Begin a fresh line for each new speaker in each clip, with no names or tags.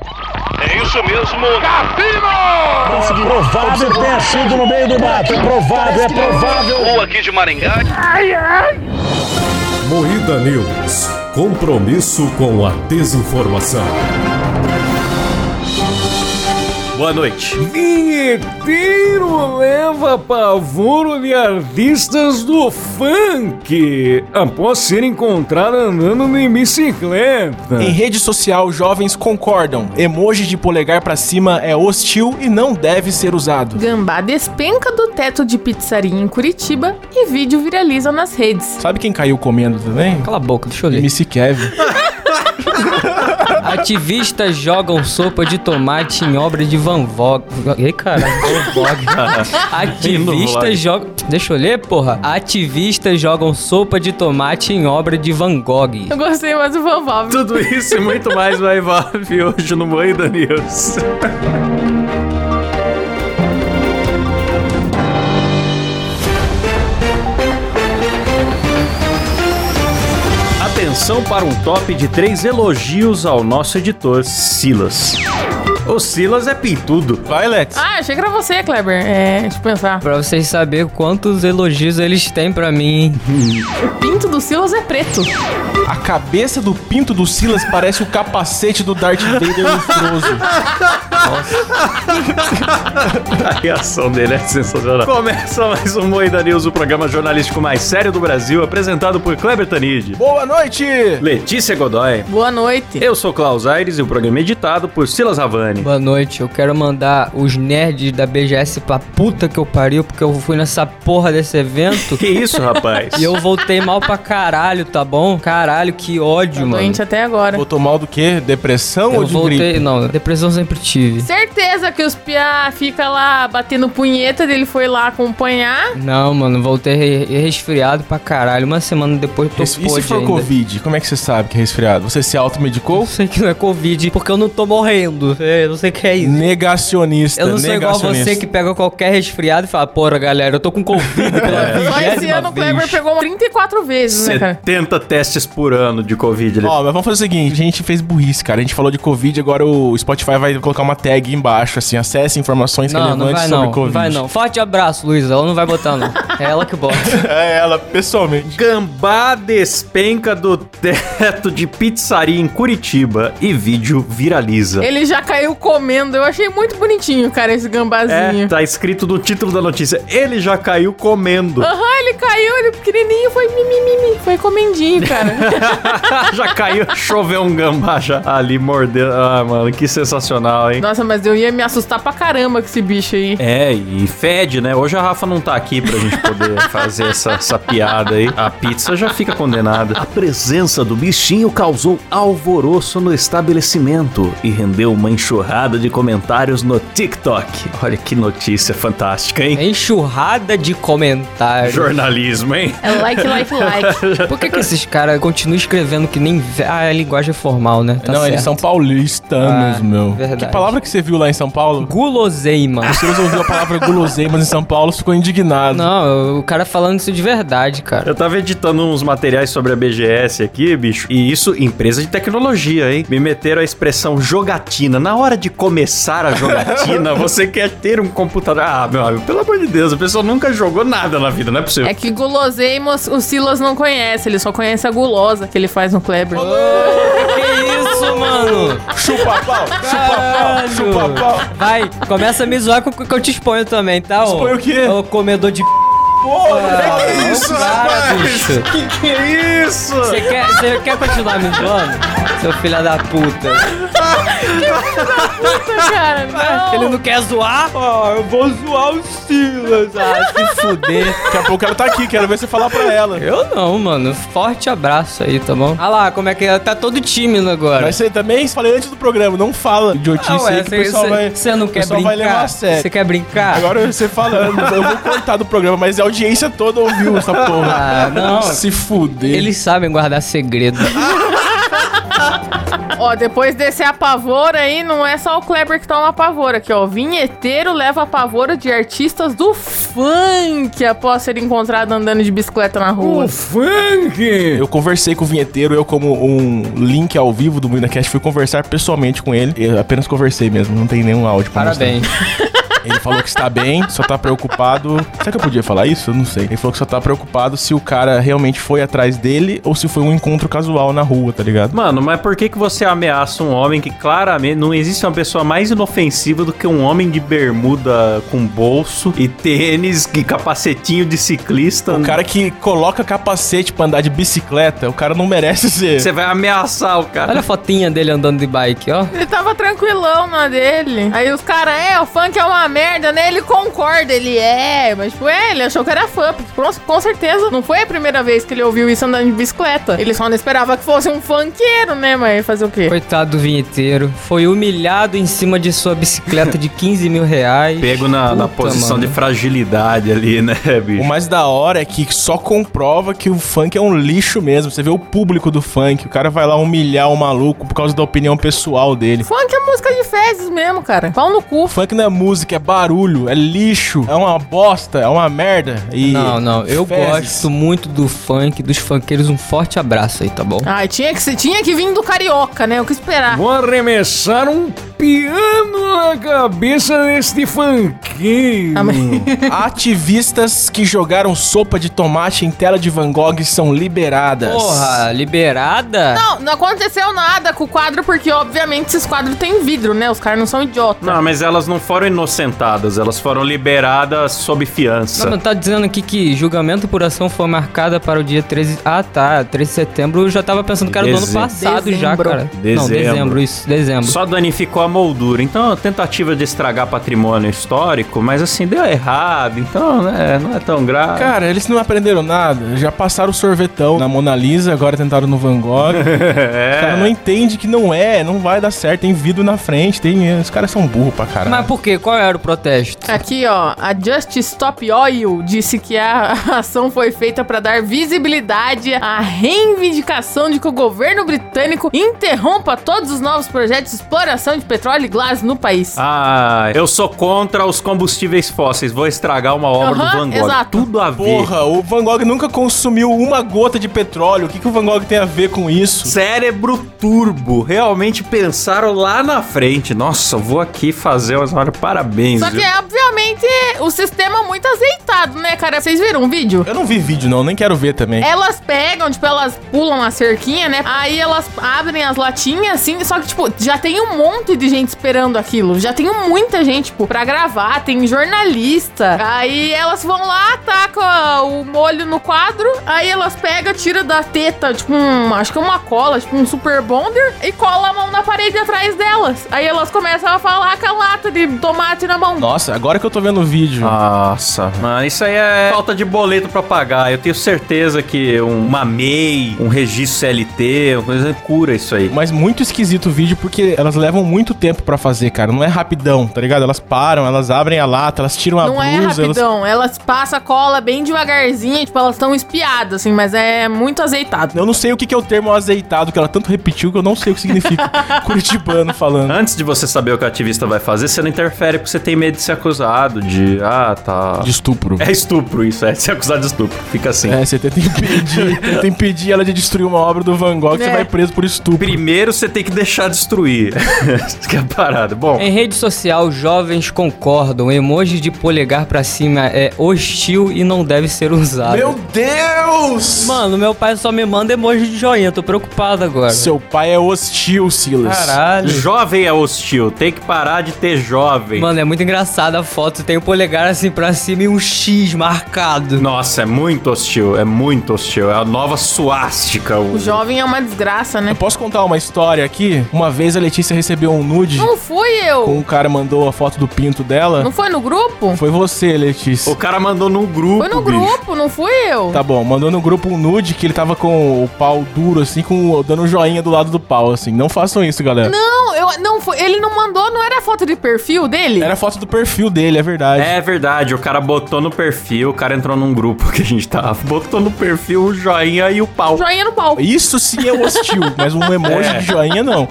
É Isso mesmo.
Cassino! Provável que tenha sido no meio do mato. É provável, é provável.
Ou aqui de Maringá.
Moída News. Compromisso com a desinformação.
Boa noite.
Vinheteiro leva pavoro de artistas do funk após ser encontrado andando em bicicleta.
Em rede social, jovens concordam. Emoji de polegar pra cima é hostil e não deve ser usado.
Gambá despenca do teto de pizzaria em Curitiba e vídeo viraliza nas redes.
Sabe quem caiu comendo também?
Cala a boca, deixa eu ler.
MC Kevin.
Ativistas jogam sopa de tomate em obra de Van Vogue. Ei, cara, Van Vogue. Ativistas jogam. Deixa eu ler, porra. Ativistas jogam sopa de tomate em obra de Van Gogh.
Eu gostei mais do Vovó.
Tudo isso e muito mais vai envolve hoje no Moída News.
Atenção para um top de três elogios ao nosso editor Silas. O Silas é pintudo.
Vai, Lex.
Ah, achei que era você, Kleber. É, deixa eu pensar.
Pra vocês saberem quantos elogios eles têm pra mim, hein?
O pinto do Silas é preto.
A cabeça do pinto do Silas parece o capacete do Darth Vader lustroso.
A reação dele é sensacional. Começa mais um Moída News, o programa jornalístico mais sério do Brasil, apresentado por Kleber Tanid,
Boa noite!
Letícia Godoy.
Boa noite.
Eu sou Klaus Aires e o programa é editado por Silas Havani.
Boa noite, eu quero mandar os nerds da BGS pra puta que eu pariu, porque eu fui nessa porra desse evento
Que isso, rapaz?
e eu voltei mal pra caralho, tá bom? Caralho, que ódio,
Tô
mano.
doente até agora.
Voltou mal do quê? Depressão ou
Eu
de
voltei.
gripe?
Não, depressão sempre tive.
Certeza que os piá fica lá batendo punheta, ele foi lá acompanhar.
Não, mano, voltei re- resfriado pra caralho. Uma semana depois eu tô
E se
podre
for
ainda.
Covid, como é que você sabe que é resfriado? Você se automedicou?
Eu sei que não é Covid, porque eu não tô morrendo. É, Eu não sei o que é isso.
Negacionista.
Eu não sou igual
negacionista.
você que pega qualquer resfriado e fala, porra, galera, eu tô com Covid
É.
pela
Só esse ano
vigésima
o Kleber
vez.
pegou 34 vezes, né, cara?
70 testes por ano de Covid. Letícia.
Ó, mas vamos fazer o seguinte, a gente fez burrice, cara. A gente falou de Covid, agora o Spotify vai colocar uma tag embaixo, assim, acesse informações
Não, não
relevantes
vai
sobre
não, não
Covid.
vai não. Forte abraço, Luísa, ela não vai botar não. É ela que bota.
É ela, pessoalmente.
Gambá despenca do teto de pizzaria em Curitiba e vídeo viraliza.
Ele já caiu comendo. Eu achei muito bonitinho, cara, esse
É,
gambazinho.
tá escrito no título da notícia. Ele já caiu comendo.
Aham, ele caiu, ele pequenininho, foi mimimimi, foi comendinho, cara.
já caiu, choveu um gambá já ali mordendo. Ah, mano, que sensacional, hein?
Nossa, mas eu ia me assustar pra caramba com esse bicho aí.
É, e fede, né? Hoje a Rafa não tá aqui pra gente poder fazer essa, essa piada aí. A pizza já fica condenada. A presença do bichinho causou alvoroço no estabelecimento e rendeu uma enxurrada de comentários no TikTok. Olha que notícia fantástica, hein?
Enxurrada de
É
comentários.
Jornalismo, hein?
É like, like, like.
Por que, que esses caras continuam escrevendo que nem. ve- Ah, a linguagem é formal, né? Tá
não, eles
certo.
são paulistanos,
Ah,
meu.
verdade.
Que palavra que você viu lá em São Paulo?
Guloseima.
O Silas ouviu a palavra guloseimas em São Paulo ficou indignado.
Não, o cara falando isso de verdade, cara.
Eu tava editando uns materiais sobre a BGS aqui, bicho. E isso, empresa de tecnologia, hein? Me meteram a expressão jogatina. Na hora de começar a jogatina, você quer ter um computador. Ah, meu amigo, pelo amor de Deus, a pessoa nunca jogou nada na vida, não é possível.
É que guloseima o Silas não conhece, ele só conhece a gulosa que ele faz no Kleber.
Que isso, mano?
Chupa pau,
Caralho.
chupa pau, chupa pau.
Vai, começa a me zoar que eu- que eu te exponho também, tá? ô?
Expõe o quê? é
Ô comedor de p.
Porra,
cara. Ô, para, bicho.
É Que que é isso?
Você quer, você quer continuar me zoando? Seu filho da puta. É,
Cara, não.
Ele não quer zoar? Ó, eu vou zoar o Silas. Ah, se fuder.
Daqui a pouco ela tá aqui, quero ver você falar pra ela.
Eu não, mano. Forte abraço aí, tá bom? Ah lá, como é que é? Tá todo tímido agora.
Mas você também falei antes do programa, não fala idiotice
Ah, ué,
aí que o pessoal vai.
Você não
o
quer
pessoal vai levar
brincar?
a sério.
Você quer brincar?
Agora você falando, eu vou contar do programa, mas é o audiência toda ouviu essa porra.
Ah, não.
Se fuder.
Eles sabem guardar segredo.
Ó, depois desse apavoro aí, não é só o Kleber que toma apavoro aqui, ó. Vinheteiro leva apavoro de artistas do funk após ser encontrado andando de bicicleta na rua.
O funk!
Eu conversei com o vinheteiro, eu como um link ao vivo do MuidaCast, fui conversar pessoalmente com ele. Eu apenas conversei mesmo, não tem nenhum áudio pra mostrar.
Parabéns.
Ele falou que está bem, só tá preocupado. Será que eu podia falar isso? Eu não sei. Ele falou que só tá preocupado se o cara realmente foi atrás dele ou se foi um encontro casual na rua, tá ligado?
Mano, mas por que, que você ameaça um homem que claramente não existe uma pessoa mais inofensiva do que um homem de bermuda com bolso e tênis e capacetinho de ciclista?
O cara que coloca capacete pra andar de bicicleta, o cara não merece ser.
Você vai ameaçar o cara.
Olha a fotinha dele andando de bike, ó.
Ele tava tranquilão na dele. Aí os caras, é, o funk é uma merda, né? Ele concorda, ele é. Mas, tipo, é, ele achou que era fã. Porque, com- com certeza, não foi a primeira vez que ele ouviu isso andando de bicicleta. Ele só não esperava que fosse um funkeiro, né? Mas fazer o quê?
Coitado do vinheteiro. Foi humilhado em cima de sua bicicleta de 15 mil reais.
Pego na, na
Puta,
posição
mano.
de fragilidade ali, né, bicho?
O mais da hora é que só comprova que o funk é um lixo mesmo. Você vê o público do funk, o cara vai lá humilhar o maluco por causa da opinião pessoal dele.
Funk é música de fezes mesmo, cara. Pau no cu.
O funk não é música, é barulho, é lixo, é uma bosta, é uma merda. E
Não, não. Eu
fezes.
gosto muito do funk, dos funkeiros. Um forte abraço aí, tá bom?
Ai, Ah, tinha que, se- tinha que vir do carioca, né? O que esperar?
Vou arremessar um piano na cabeça deste funkeiro.
Ah, mas-
Ativistas que jogaram sopa de tomate em tela de Van Gogh são liberadas.
Porra, liberada?
Não, não aconteceu nada com o quadro, porque obviamente esses quadros têm vidro, né? Os caras não são idiotas.
Não, mas elas não foram inocentadas, elas foram liberadas sob
Não,
fiança.
mas tá dizendo aqui que julgamento por ação foi marcada para o dia 13. Ah, tá. 13 de setembro. Eu já tava pensando que era do ano
Dezembro.
passado já,
Dezembro.
cara. Não,
Dezembro.
dezembro, isso. Dezembro.
Só danificou a moldura. Então, a tentativa de estragar patrimônio histórico, mas assim, deu errado. Então, né, não é tão grave.
Cara, eles não aprenderam nada. Já passaram o sorvetão na Mona Lisa, agora tentaram no Van Gogh. O
É.
cara não entende que não é, não vai dar certo. Tem vidro na frente, tem. Os caras são burros pra caralho.
Mas por quê? Qual era o protesto?
Aqui, ó, a Just Stop Oil disse que a ação foi feita para dar visibilidade à reivindicação de que o governo britânico interrompa todos os novos projetos de exploração de petróleo e gás no país.
Ah, eu sou contra os combustíveis fósseis. Vou estragar uma obra
Aham,
do Van Gogh.
exato.
Tudo a ver.
Porra, o Van Gogh nunca consumiu uma gota de petróleo. O que, que o Van Gogh tem a ver com isso?
Cérebro turbo. Realmente pensaram lá na frente. Nossa, vou aqui fazer umas horas. Parabéns.
Só
viu?
que, obviamente, o sistema é muito azeitado, né, cara? Vocês viram o vídeo?
Eu não vi vídeo, não, nem quero ver também.
Elas pegam, tipo, elas pulam a cerquinha, né? Aí elas abrem as latinhas, assim, só que, tipo, já tem um monte de gente esperando aquilo. Já tem muita gente, tipo, pra gravar, tem jornalista. Aí elas vão lá, tacam o molho no quadro, aí elas pegam, tiram da teta, tipo, um, acho que é uma cola, tipo, um super bonder, e cola a mão na parede atrás delas. Aí elas começam a falar com a lata de tomate na mão.
Nossa, agora que eu tô vendo o vídeo.
Nossa, mano, isso aí é falta de boleto pra pagar. Eu tenho certeza que um- uma MEI, um registro CLT, uma coisa cura isso aí.
Mas muito esquisito o vídeo porque elas levam muito tempo pra fazer, cara. Não é rapidão, tá ligado? Elas param, elas abrem a lata, elas tiram a
Não é
blusa. elas-
rapidão, elas passam a cola bem devagarzinho, tipo, elas estão espiadas, assim, mas é muito azeitado.
Eu não sei o que que é o termo azeitado que ela tanto repetiu que eu não sei o que significa. Curitibano falando.
Antes de você saber o que o ativista vai fazer, você não interfere porque você tem medo de ser acusado de. Ah, tá.
De estupro.
É estupro isso, é ser acusado de estupro. Fica assim.
É, você tenta impedir, tenta impedir ela de destruir uma obra do Van Gogh, você
É.
vai preso por estupro.
Primeiro você tem que deixar destruir. Isso que é a parada. Bom,
Em rede social, jovens concordam. Emoji de polegar pra cima é hostil e não deve ser usado.
Meu Deus!
Mano, meu pai só me manda emoji de joinha. Tô preocupado agora.
Seu pai é hostil, Silas.
Caralho.
jovem é hostil, tem que parar de ter jovem.
Mano, é muito engraçada a foto. Tem o polegar assim pra cima e um X marcado.
Nossa, é muito hostil, é muito hostil. É a nova suástica.
O jovem é uma desgraça,
Eu
né?
posso contar uma história aqui? Uma vez a Letícia recebeu um nude,
Não fui
um
eu.
cara mandou a foto do pinto dela.
Não foi no grupo?
Foi você, Letícia.
O cara mandou no grupo.
Foi no
bicho.
grupo, não fui eu.
Tá bom, mandou no grupo um nude que ele tava com o pau duro, assim, com dando um joinha do lado do pau, assim. Não façam isso, galera.
Não, eu eu- não, foi- ele não mandou, não era a foto de perfil dele?
Era a foto do perfil dele, é verdade.
É verdade, o cara botou no perfil, o cara entrou num grupo que a gente tava, botou no perfil o joinha e o pau.
Joinha no pau.
Isso sim é hostil, mas um emoji
É.
de joinha não.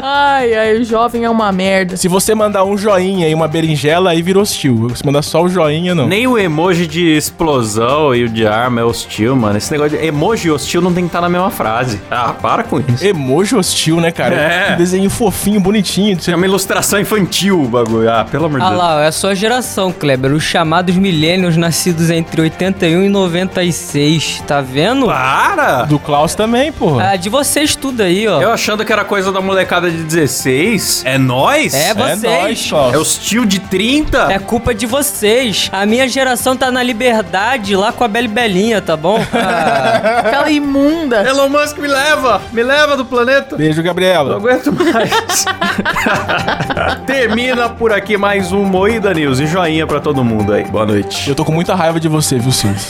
Ai, ai, o jovem é uma merda.
Se você mandar um joinha e uma berinjela, aí vira hostil. Se mandar só o joinha, não.
Nem o emoji de explosão e o de arma é hostil, mano. Esse negócio de emoji e hostil não tem que estar na mesma frase. Ah, para com isso.
Emoji hostil, né, cara?
É.
Um desenho fofinho, bonitinho.
É uma ilustração infantil o bagulho. Ah, pelo amor de
Ah
Deus.
lá, é a sua geração, Kleber. Os chamados millennials nascidos entre 81 e 96. Tá vendo?
Para!
Do Klaus também, porra.
Ah, de vocês tudo aí, ó.
Eu achando que era coisa da molecada de 16. É nós?
É vocês.
nóis, Klaus.
É hostil de 30?
É culpa de vocês. A minha geração tá na liberdade lá com a Beli Belinha, tá bom? Ah,
Aquela imunda.
Elon Musk me leva! Me leva do planeta!
Beijo,
Não
Gabriela.
aguento mais. Termina por aqui mais um Moída News e joinha pra todo mundo aí. Boa noite.
Eu tô com muita raiva de você, viu, Cis?